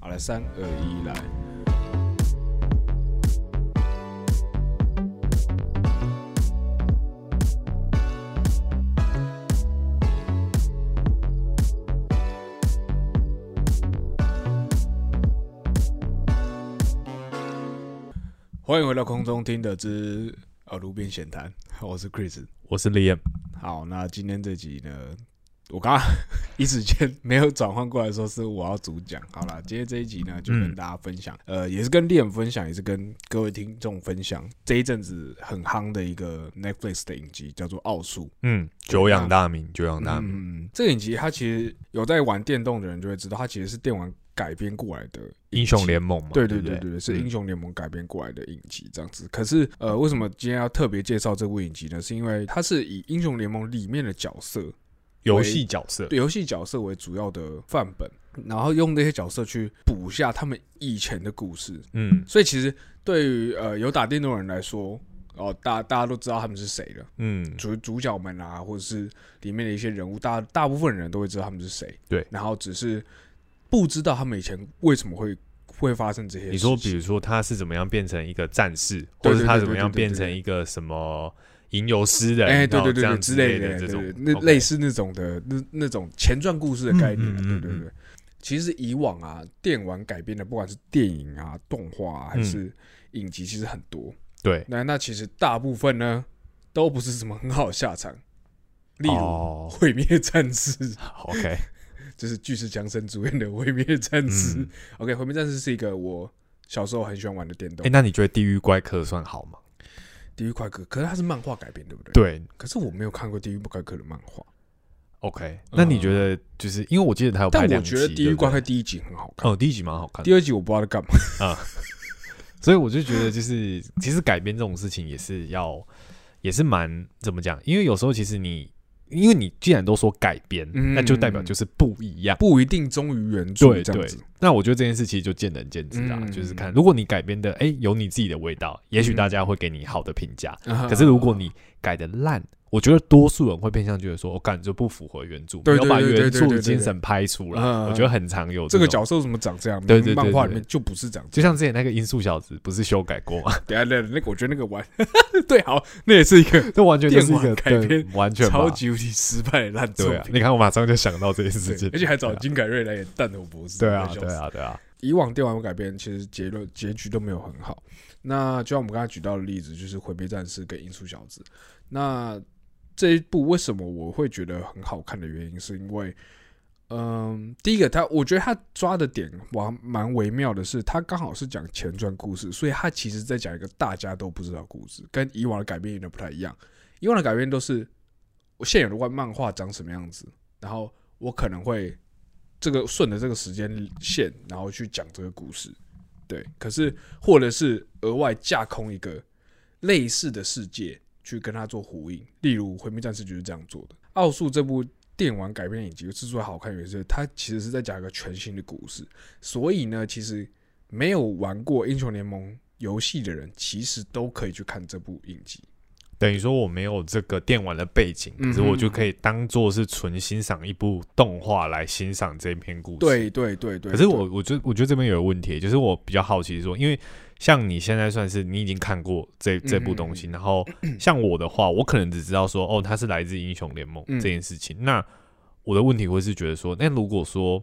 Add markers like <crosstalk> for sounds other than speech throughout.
好，来三二一，来。欢迎回到空中听的之呃路边闲谈，我是 Chris。我是 Liam，好，那今天这集呢，我刚刚一时间没有转换过来，说是我要主讲。好啦，今天这一集呢，就跟嗯大家分享，呃，也是跟 Liam 分享，也是跟各位听众分享这一阵子很夯的一个 Netflix 的影集，叫做《奥数》。嗯，久仰大名，久仰大名，嗯，这个影集它其实有在玩电动的人就会知道，它其实是电玩改编过来的英雄联盟嘛，对对对不对对对对，是嗯英雄联盟改编过来的影集这样子。可是呃，为什么今天要特别介绍这部影集呢？是因为它是以英雄联盟里面的角色，游戏角色，对游戏角色为主要的范本，然后用那些角色去补下他们以前的故事。嗯所以其实对于呃有打电动的人来说，哦，大大家都知道他们是谁了，嗯，主主角们啊，或者是里面的一些人物，大大部分人都会知道他们是谁。对然后只是不知道他们以前为什么会会发生这些事情。你说比如说他是怎么样变成一个战士，对或对者他对怎么对样对变对成对一个什么吟游诗人，哎，对然后对这对对，样之类的，这对种对，那 OK 类似那种的那那种前传故事的概念啊，嗯嗯嗯对对嗯对。其实以往啊，电玩改编的，不管是电影啊、动画、啊、还嗯是影集，其实很多。对，那那其实大部分呢，都不是什么很好的下场。例如《哦毁灭战士》， <laughs> ，OK，就是巨石强森主演的《毁灭战士》嗯 OK，《毁灭战士》是一个我小时候很喜欢玩的电动哎，。那你觉得地狱怪客算好吗？地狱快客，可是它是漫画改编，对不对？。对可是我没有看过地狱快客的漫画。 ，OK，那你觉得就是因为我记得他有嗯拍但两我集，觉得《地狱对不怪对客》第一集很好看，哦，第一集蛮好看的，第二集我不知道在干嘛。所以我就觉得，就是其实改编这种事情也是要，也是蛮怎么讲？因为有时候其实你，因为你既然都说改编，嗯那就代表就是不一样。不一定忠于原著对这样对子。，那我觉得这件事其实就见仁见智啦，嗯就是看如果你改编的哎、有你自己的味道，也许大家会给你好的评价。可可是如果啊你改的烂，我觉得多数人会偏向觉得说，我感觉不符合原著，对没有把对对对对原著对对的精神拍出来。嗯我觉得很常有这个种角色怎么长这样，对对对漫画对里面就不是长这就样。 <laughs> 像之前那个音速小子不是修改过吗？等一下，等一下那个我觉得那个玩， <laughs> 对，好，那也是一 <laughs> 个这完全就是一电玩个改对编完全吧超级无敌失败的烂作对啊，品。你看我马上就想到这件事情对，而且还找对啊金凯瑞来演弹头博士，对啊笑死对。啊对啊，以往电玩改编其实结论结局都没有很好。那就像我们刚才举到的例子，就是《毁灭战士》跟《音速小子》。那这一部为什么我会觉得很好看的原因，是因为，嗯，第一个他，我觉得他抓的点蛮蛮微妙的是，他刚好是讲前传故事，所以他其实在讲一个大家都不知道的故事，跟以往的改编有点不太一样。以往的改编都是我现有的漫漫画长什么样子，然后我可能会这个顺着这个时间线，然后去讲这个故事，对。可是或者是额外架空一个类似的世界去跟它做呼应，例如《毁灭战士》就是这样做的。《奥数》这部电玩改编影集之所以好看，原因是它其实是在讲一个全新的故事，所以呢，其实没有玩过英雄联盟游戏的人，其实都可以去看这部影集。等于说我没有这个电玩的背景，可是嗯哼我就可以当做是纯欣赏一部动画来欣赏这篇故事。，对对对对。可是我我觉得我觉得这边有个问题，就是我比较好奇说，因为像你现在算是你已经看过这嗯这部东西，然 <clears throat> 后像我的话，我可能只知道说哦，它是来自英雄联盟嗯这件事情。那我的问题会是觉得说，那如果说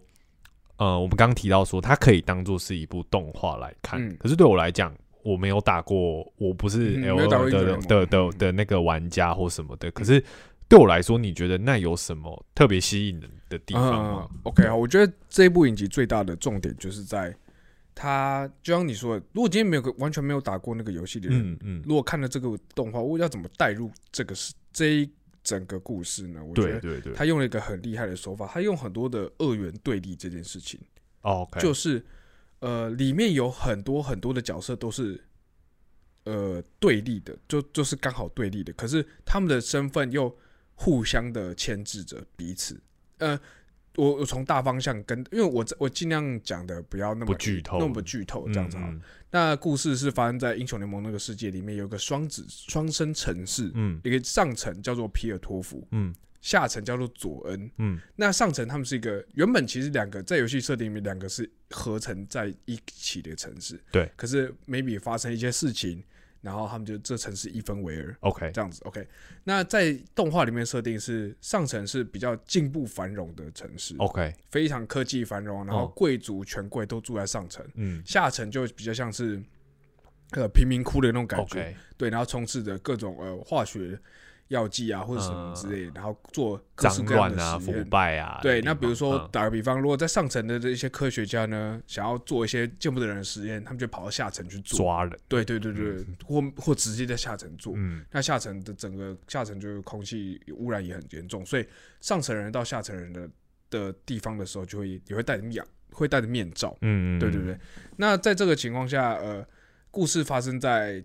呃，我们刚刚提到说它可以当做是一部动画来看，嗯可是对我来讲。我没有打过，我不是嗯没 L 有打过英 L 雄的联盟嗯的的的那个玩家或什么的，可是对我来说，你觉得那有什么特别吸引人的地方吗？嗯、OK 啊，我觉得这一部影集最大的重点就是在它，就像你说的，如果今天没有个完全没有打过那个游戏的人，嗯嗯，如果看了这个动画，我要怎么带入这个是这一整个故事呢？我觉对得对对他用了一个很厉害的手法，他用很多的二元对立这件事情，哦，OK，就是呃，里面有很多很多的角色都是。呃，对立的，就就是刚好对立的，可是他们的身份又互相的牵制着彼此。呃，我我从大方向跟，因为我我尽量讲的不要那么不剧透那么不剧透这样子好了。啊嗯那故事是发生在英雄联盟那个世界里面，有一个双子双生城市，嗯一个上层叫做皮尔托夫，嗯下层叫做佐恩，嗯，那上层他们是一个原本其实两个在游戏设定里面两个是合成在一起的城市，对。可是 maybe 发生一些事情，然后他们就这城市一分为二。 OK，这样子，OK。那在动画里面设定是上层是比较进步繁荣的城市 OK，非常科技繁荣，然后哦贵族权贵都住在上层，嗯下层就比较像是呃贫民窟的那种 <laughs> 感觉。 ，OK，对，然后充斥着各种呃化学药剂啊或者什么之类的，然后做各式嗯脏各样乱的啊，实腐验。败啊，对，地方那比如说嗯打个比方，如果在上层的这些科学家呢，想要做一些见不得人的实验，他们就跑到下层去做。抓人，对对对对，或或直接在下层做。嗯那下层的整个下层就是空气污染也很严重，所以上层人到下层人的的地方的时候，就会也会戴着面会戴着面罩。嗯，嗯对对，对。那在这个情况下，呃，故事发生在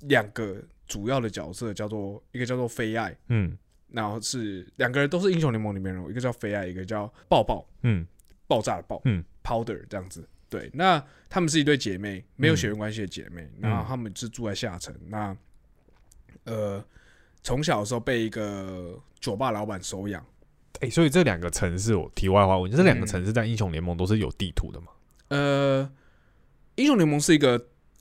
两个主要的角色，叫做一个叫做菲爱，嗯然后是两个人都是英雄联盟里面人物，一个叫菲爱，一个叫爆爆嗯爆炸的爆，嗯，powder 这样子。对，那她们是一对姐妹，没有血缘关系的姐妹，嗯然后她们是住在下层。那呃，从小的时候被一个酒吧老板收养，哎，所以这两个城市，我题外话问，这两嗯个城市在英雄联盟都是有地图的嘛？呃，英雄联盟是一个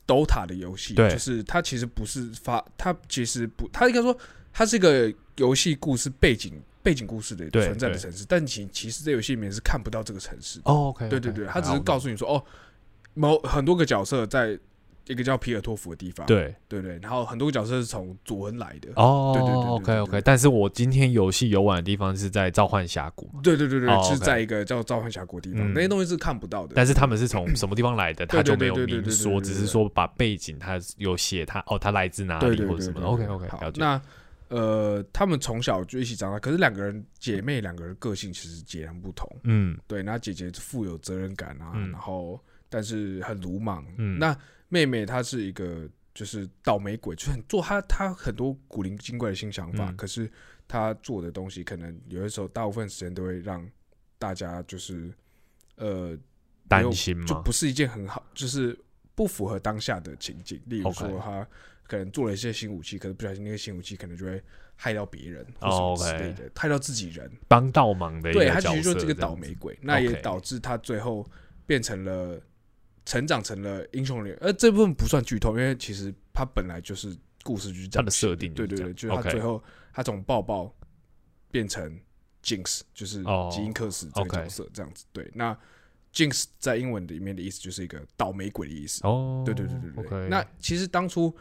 DOTA 的游戏，对就是它其实不是发，它其实不，它应该说它是一个游戏故事背景背景故事的对存在的对城市，但其其实在游戏里面是看不到这个城市的。哦，OK，对对对，它只是告诉，诉你说，哦，某很多个角色在一个叫皮尔托夫的地方，对，对对，然后很多个角色是从佐恩来的。哦，对对对对对 OK 对 OK，但是我今天游戏游玩的地方是在召唤峡谷嘛，对对对对，哦是 OK 在一个叫召唤峡谷的地方，嗯那些东西是看不到的。但是他们是从什么地方来的，对他对就没有对对对对明对说，对对只是说把背景他有写他哦，他来自哪对里对或者对什对么的。OK OK，好了，解。那呃，他们从小就一起长大，可是两个人姐妹两个人个性其实截然不同。嗯对，那姐姐是富有责任感啊，嗯然后但是很鲁莽。嗯那妹妹她是一个就是倒霉鬼，就是很做她她很多古灵精怪的新想法，嗯可是她做的东西可能有的时候大部分时间都会让大家就是呃嗯担心就嘛，不是一件很好，就是不符合当下的情景。例如 OK 说，他可能做了一些新武器，可是不小心那个新武器可能就会害到别人或什么哦之类的害到自己人。帮倒忙的一对个他角其色，实就是这个倒霉鬼，那 OK 也导致他最后变成了成长成了英雄联。呃，这部分不算剧透，因为其实他本来就是故事就是这他样的写设定对是对这对，样就是他 OK 最后他从抱抱变成 Jinx，就是哦吉因克斯这个 OK 角色这样子。对，那 Jinx 在英文里面的意思就是一个倒霉鬼的意思。哦，对对对对对。 ，OK，那其实当初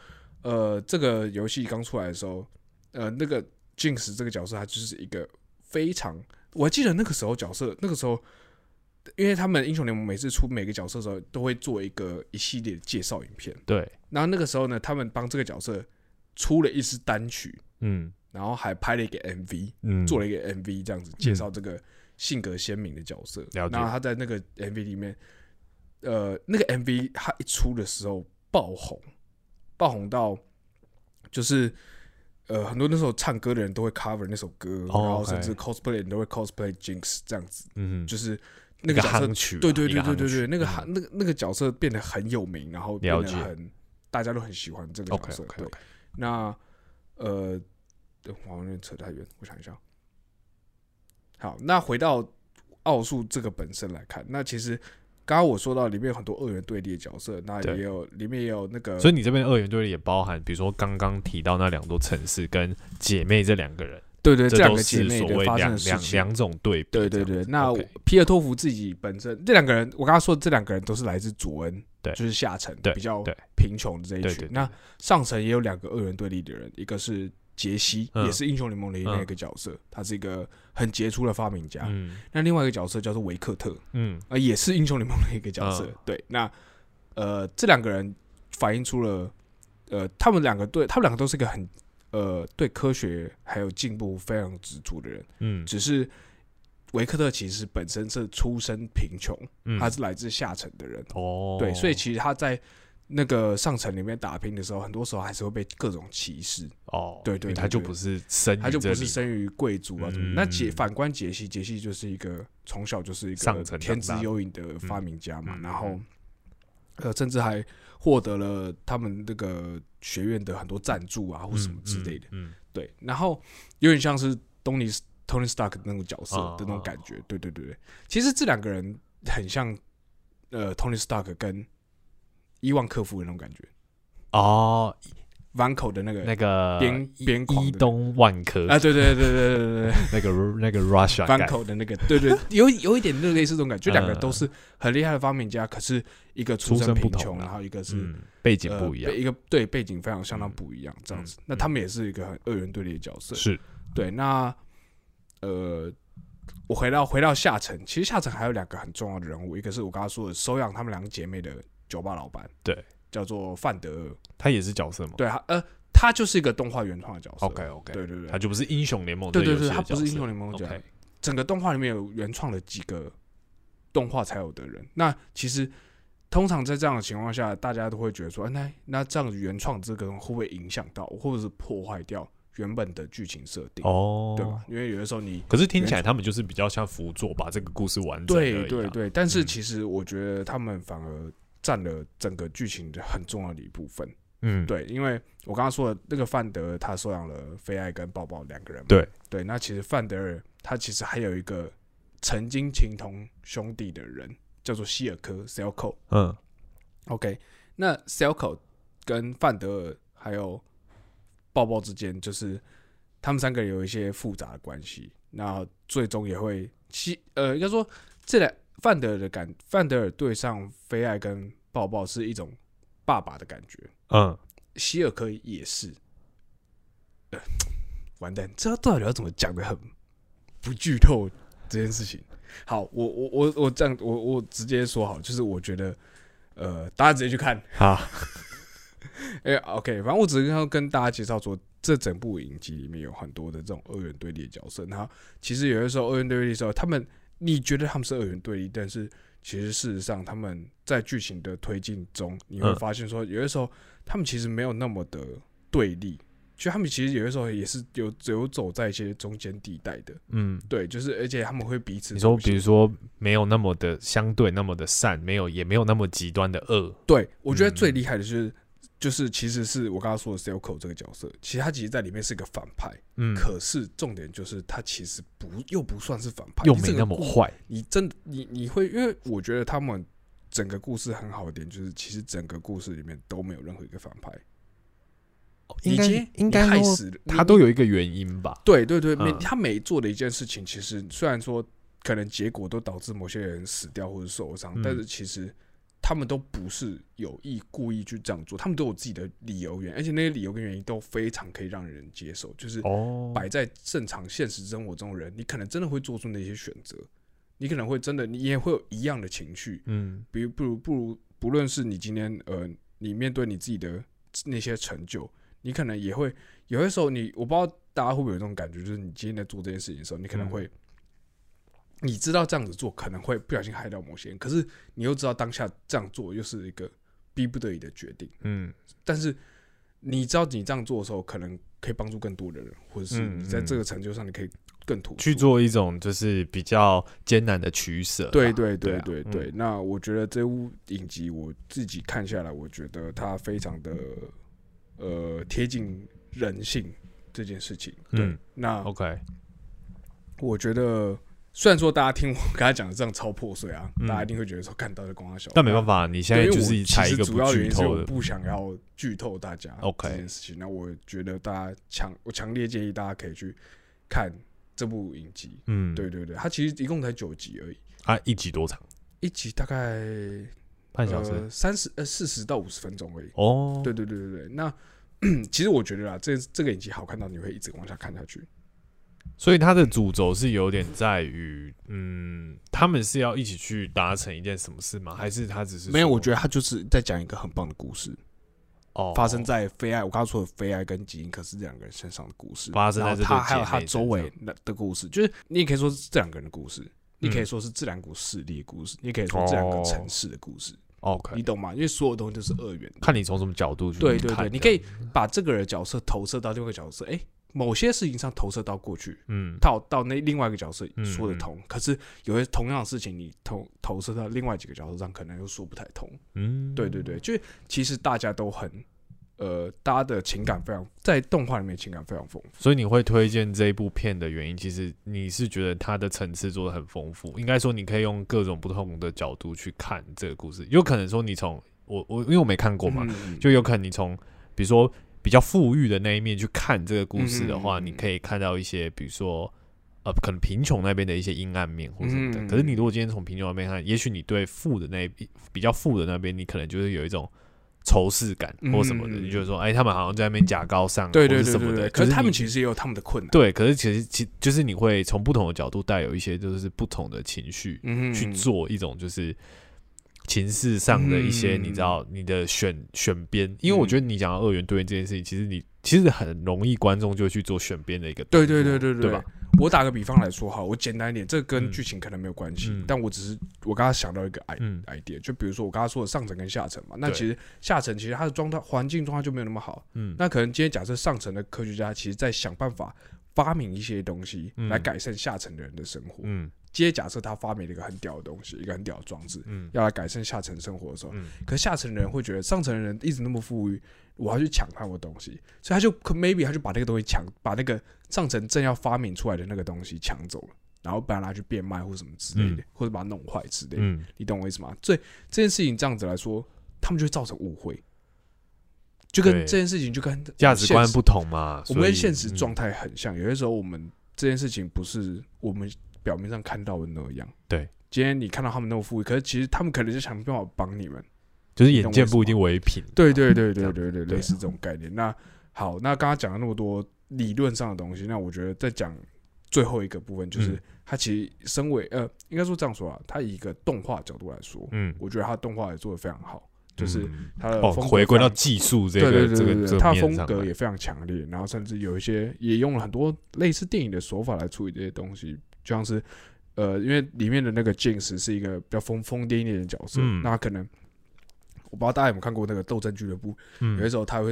呃这个游戏刚出来的时候，呃那个 Jinx 这个角色他就是一个非常，我还记得那个时候角色那个时候。因为他们英雄联盟每次出每个角色的时候，都会做一个一系列的介绍影片。对，然后那个时候呢，他们帮这个角色出了一支单曲，嗯然后还拍了一个 MV，嗯，做了了一个 MV 这样子介绍这个性格鲜明的角色。了解然后他在那个 MV 里面，呃，那个 MV 他一出的时候爆红，爆红到就是呃很多那时候唱歌的人都会 cover 那首歌，然哦后 OK 甚至 cosplay 的人都会 cosplay Jinx 这样子，嗯哼就是那一个个角色行曲啊，对对一对个对行对曲对，那个嗯行那个那个角色变得很有名，然后变了得解很大家都很喜欢这个角 OK 色。 OK 对 OK，那呃，对我有点扯太远，我想一下。好，那回到奥数这个本身来看，那其实刚刚我说到里面有很多二元对立的角色，那对也有里面也有那个所以你这边二元对立也包含，比如说刚刚提到那两座城市跟姐妹这两个人，对对这呃这两都个姐是妹所的谓发生两的事两情。两种对比这对样子。对对，那 OK 皮尔托夫自己本身这两个人，我刚刚说的这两个人都是来自佐恩，对就是下层对比较对贫穷的这一对群对。那上层也有两个二元对立的人，一个是杰西，嗯也是英雄联盟里面的一个角色，他是一个很杰出的发明家。嗯那另外一个角色叫做维克特，嗯呃，也是英雄联盟的一个角色。嗯对，那呃，这两个人反映出了，呃，他们两个对他们两个都是一个很呃对科学还有进步非常执着的人，嗯只是维克特其实本身是出身贫穷，嗯，他是来自下层的人，哦，对，所以其实他在。那个上层里面打拼的时候，很多时候还是会被各种歧视，哦，对对因为对他就对不是生于他就这不是里生于贵族啊什么的。嗯那杰反观杰西，杰西就是一个从小就是一上个层长天资大的优颖的发明家嘛，嗯嗯然后呃，甚至还获得了他们那个嗯学院的很多赞助啊或什么之类的。嗯，嗯嗯对，然后有点像是东尼 Tony Stark 的那种角色啊的那种感觉。对对对对，其实这两个人很像呃 Tony Stark 跟伊万克夫的那种感觉哦， ，Van c o 的那个那个呃边边框伊的东万科啊，对对对对对对对。<laughs> <laughs> 那个那个 Russia 翻感口的那个，对对，有有一点那类似这种感觉，嗯两个都是很厉害的发明家，可是一个出出身身不贫同穷，啦然后一个是嗯，背景呃不一样背，一个对背景非常相当嗯不一样，这样子嗯。那他们也是一个很二元对立的角色，是对。那呃，我回到回到下城，其实下城还有两个很重要的人物，一个是我刚刚说的收养他们两姐妹的酒吧老板，对，叫做范德尔，他也是角色嘛对，他呃，他就是一个动画原创的角色？OK OK，对对对他，就不是英雄联盟这对个游对对，戏的角他色，不是英雄联盟的角色 OK，整个动画里面有原创了几个动画才有的人。那其实通常在这样的情况下，大家都会觉得说，哎那那这样子原创这个会不会影响到，或者是破坏掉原本的剧情设定，哦，对吧？因为有的时候你可是听起来他们就是比较像辅佐，把这个故事完整而已啊对对，对，但是嗯其实我觉得他们反而占了整个剧情的很重要的一部分。嗯，对，因为我刚刚说的那个范德，他收养了菲艾跟抱抱两个人嘛。对对，那其实范德尔他其实还有一个曾经情同兄弟的人，叫做希尔科 （Selco）。嗯 OK，那 Selco 跟范德尔还有抱抱之间，就是他们三个有一些复杂的关系，那最终也会希呃，应该说这两范德尔的感，范德尔对上菲艾跟抱抱是一种爸爸的感觉。嗯，希尔科也是，呃，完蛋，这到底要怎么讲的很不剧透这件事情？好，我我我我这样，我我直接说好，就是我觉得，呃，大家直接去看，好，哎、o k 反正我只是要跟大家介绍说，这整部影集里面有很多的这种二元对立的角色，然后其实有的时候二元对立的时候，他们你觉得他们是二元对立，但是其实事实上他们在剧情的推进中，你会嗯发现说，有的时候他们其实没有那么的对立，就他们其实有的时候也是有游走在一些中间地带的，嗯，对，就是而且他们会彼此你说妥协比如说没有那么的相对那么的善，没有也没有那么极端的恶，对，我觉得嗯最厉害的就是。就是，其实是我刚刚说的 Selco 这个角色，其实他其实在里面是个反派，嗯，可是重点就是他其实不又不算是反派，又你没整个那么故。坏，你真的你你会因为我觉得他们整个故事很好的点就是，其实整个故事里面都没有任何一个反派，应该你今天应该你害说死了他你都有一个原因吧？对对对，每嗯他每做的一件事情，其实虽然说可能结果都导致某些人死掉或者受伤，嗯但是其实他们都不是有意故意去这样做，他们都有自己的理由原因，而且那些理由跟原因都非常可以让人接受，就是哦，摆在正常现实生活中的人，你可能真的会做出那些选择，你可能会真的，你也会有一样的情绪，嗯比如不如不如，不论是你今天呃，你面对你自己的那些成就，你可能也会有些时候你，我不知道大家会不会有这种感觉，就是你今天在做这件事情的时候，你可能嗯会，你知道这样子做可能会不小心害到某些人，可是你又知道当下这样做又是一个逼不得已的决定。嗯，但是你知道你这样做的时候，可能可以帮助更多的人，或者是嗯你在这个成就上你可以更突出去。做一种就是比较艰难的取舍啦，对对对对啊对对，，那我觉得这部影集我自己看下来，我觉得它非常的呃贴近人性这件事情。对，嗯嗯那，OK，我觉得虽然说大家听我刚才讲的这样超破碎啊，嗯大家一定会觉得说看到这光小，但没办法，你现在对，因为就我是其采一实个主不要原剧因是透我的，不想要剧透大家 OK 这件事情。那我觉得大家强，我强烈建议大家可以去看这部影集。嗯，对对对，它其实一共才九集而已，啊，一集多长？一集大概半小时，三十呃四十到五十分钟而已。哦，对对对对对，那 <clears throat> 其实我觉得啦，这这个影集好看到你会一直往下看下去。所以它的主轴是有点在于，嗯，他们是要一起去达成一件什么事吗？还是他只是没有，我觉得得它就是在讲一个很棒的故事，哦发生在菲艾，我刚刚说的菲艾跟吉因可是这两个人身上的故事，发生在然这后对他还有姐他妹周身围上那的故事，就是你也可以说是这两个人的故事，你可以说是这两股势力的故事，你也可以说这两个城市的故事，哦 OK，你懂吗？因为所有东西都是二元的，看你从什么角度去对对对，嗯看你这可样以把这个人的角色投射到另外一个角色，哎，某些事情上投射到过去，嗯到到那另外一个角色嗯说得嗯通，可是有些同样的事情你投投射到另外几个角色上，可能又说不太通。嗯，对对对，就是其实大家都很呃，大家的情感非常在动画里面情感非常丰富。所以你会推荐这一部片的原因，其实你是觉得它的层次做的很丰富，应该说你可以用各种不同的角度去看这个故事。有可能说你从我我因为我没看过嘛，嗯就有可能你从比如说比较富裕的那一面去看这个故事的嗯嗯话，嗯嗯你可以看到一些比如说呃可能贫穷那边的一些阴暗面或什么的。嗯嗯嗯可是你如果今天从贫穷那边看，也许你对富的那一比较富的那边，你可能就是有一种。仇视感或什么的，嗯嗯嗯你就是说，哎、他们好像在那边假高尚啊，对对或对是什么对对，的。可是他们你其实也有他们的困难，对，可是其实其就是你会从不同的角度带有一些就是不同的情绪嗯去做一种就是情势上的一些嗯你知道你的选选边，因为我嗯觉得你讲到二元对立这件事情，其实你其实很容易观众就会去做选边的一个动对作，对对对对吧？我打个比方来说哈，我简单一点，这跟嗯剧情可能没有关系，嗯但我只是我刚刚想到一个 i- 嗯 idea，就比如说我刚刚说的上层跟下层嘛，那对其实下层其实它的状态环境状态就没有那么好，嗯，那可能今天假设上层的科学家其实在想办法发明一些东西嗯来改善下层的人的生活，嗯今天假设他发明了一个很屌的东西，一个很屌的装置，嗯要来改善下层生活的时候，嗯可下层的人会觉得上层的人一直那么富裕，我要去抢他们的东西，所以他就可 maybe 他就把那个东西抢，把那个上层正要发明出来的那个东西抢走了，然后把它拿去变卖或什么之类的，或者把它弄坏之类的，嗯，你懂我意思吗？所以这件事情这样子来说，他们就会造成误会，就跟对这件事情就跟价值观现实不同嘛，我们所以跟现实嗯状态很像，有些时候我们这件事情不是我们表面上看到的那样。对，今天你看到他们那么富裕，可是其实他们可能就想办法帮你们。就是你眼懂我见意思不吗一定为凭，对对对这对样对对，对类似这种概念。那好，那刚刚讲了那么多理论上的东西，那我觉得再讲最后一个部分，就是嗯它其实身为呃，应该说这样说啊，它以一个动画角度来说，嗯，我觉得它动画也做得非常好，就是嗯它的哦，风格回归非到常技术这对对个对这对个对，这他的个面风上格来，也非常强烈，然后甚至有一些也用了很多类似电影的手法来处理这些东西，就像是呃，因为里面的那个 Jinx 是一个比较疯疯癫一点的角色，嗯那他可能我不知道大家有没有看过那个《斗争俱乐部》，有嗯些时候他会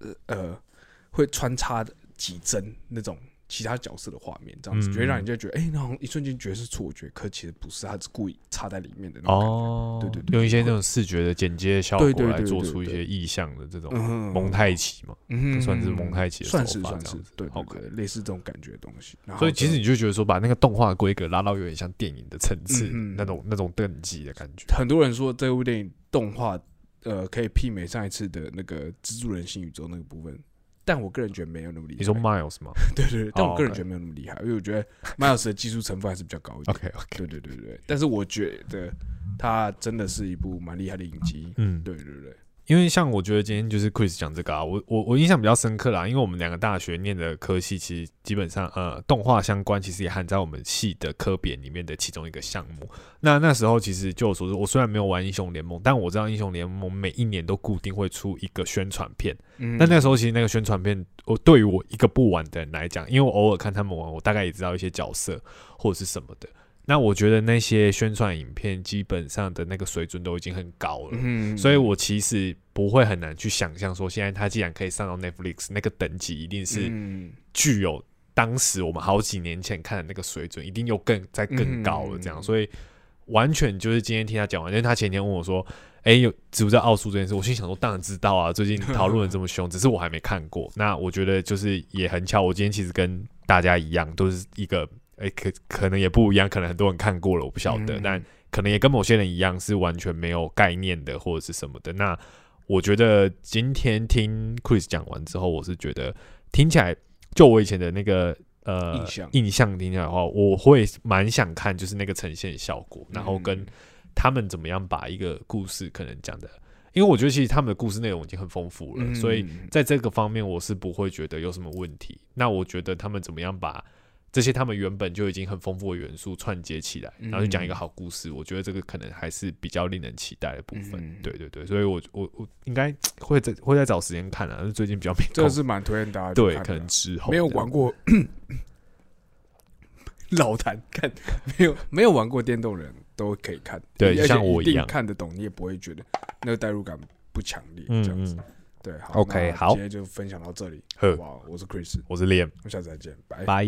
呃呃会穿插几帧那种。其他角色的画面，这样子，嗯就会让你就觉得，哎、那好像一瞬间觉得是错觉，可其实不是，他是故意插在里面的那种感觉。哦，对对对用一对些那种视觉的剪接效对果对来对做对出一对些意象的这种嗯哼蒙太奇嘛，嗯算是蒙太奇的手法算是算这是样子，对对，OK 对，类似这种感觉的东西。然后所以其就实你就觉得说，把那个动画规格拉到有点像电影的层次，嗯嗯那种那种等级的感觉。很多人说这部电影动画，呃，可以媲美上一次的那个《蜘蛛人新宇宙》那个部分，但我个人觉得没有那么厉害。你说 Miles 吗 <laughs> 哦对对对，但我个人 OK 觉得没有那么厉害，因为我觉得 Miles 的技术成分还是比较高一点。 ？OK OK， <laughs> 对对对对，对但是我觉得它真的是一部蛮厉害的影集。 <laughs> 嗯，对对对，因为像我觉得今天就是 Chris 讲这个啊，我我我印象比较深刻啦，因为我们两个大学念的科系，其实基本上呃动画相关，其实也含在我们系的科别里面的其中一个项目。那那时候其实就我所知，我虽然没有玩英雄联盟，但我知道英雄联盟每一年都固定会出一个宣传片。嗯但那时候其实那个宣传片，我对于我一个不玩的人来讲，因为我偶尔看他们玩，我大概也知道一些角色或者是什么的。那我觉得那些宣传影片基本上的那个水准都已经很高了，嗯所以我其实不会很难去想象说，现在它既然可以上到 Netflix 那个等级，一定是嗯具有当时我们好几年前看的那个水准，一定又更再更高了。这样，嗯所以完全就是今天听他讲完，因为他前天问我说：“哎、有知不知道奥数这件事？”我心想说：“当然知道啊，最近讨论的这 <laughs> 么凶，只是我还没看过。”那我觉得就是也很巧，我今天其实跟大家一样，都是一个哎、可可能也不一样，可能很多人看过了，我不晓得，嗯但可能也跟某些人一样是完全没有概念的或者是什么的。那我觉得今天听 Chris 讲完之后，我是觉得听起来，就我以前的那个呃印象印象听起来的话，我会蛮想看就是那个呈现效果，然后跟嗯他们怎么样把一个故事可能讲的，因为我觉得其实他们的故事内容已经很丰富了，嗯所以在这个方面，我是不会觉得有什么问题。那我觉得他们怎么样把这些他们原本就已经很丰富的元素串接起来，嗯然后去讲一个好故事，我觉得这个可能还是比较令人期待的部分。嗯对对对，所以我我我应该会再会再找时间看啊，但是最近比较没这空个。是蛮推荐大家去对，看的可啊能之后没有这样玩过老坛看，没有没有玩过电动人都可以看，对而且像我一一定样看得懂，你也不会觉得那个代入感不强烈，嗯这样子嗯。对好 OK，那好今天就分享到这里，呵好不好？我是哎 Chris，我是 Liam，我们下次再见，拜。拜。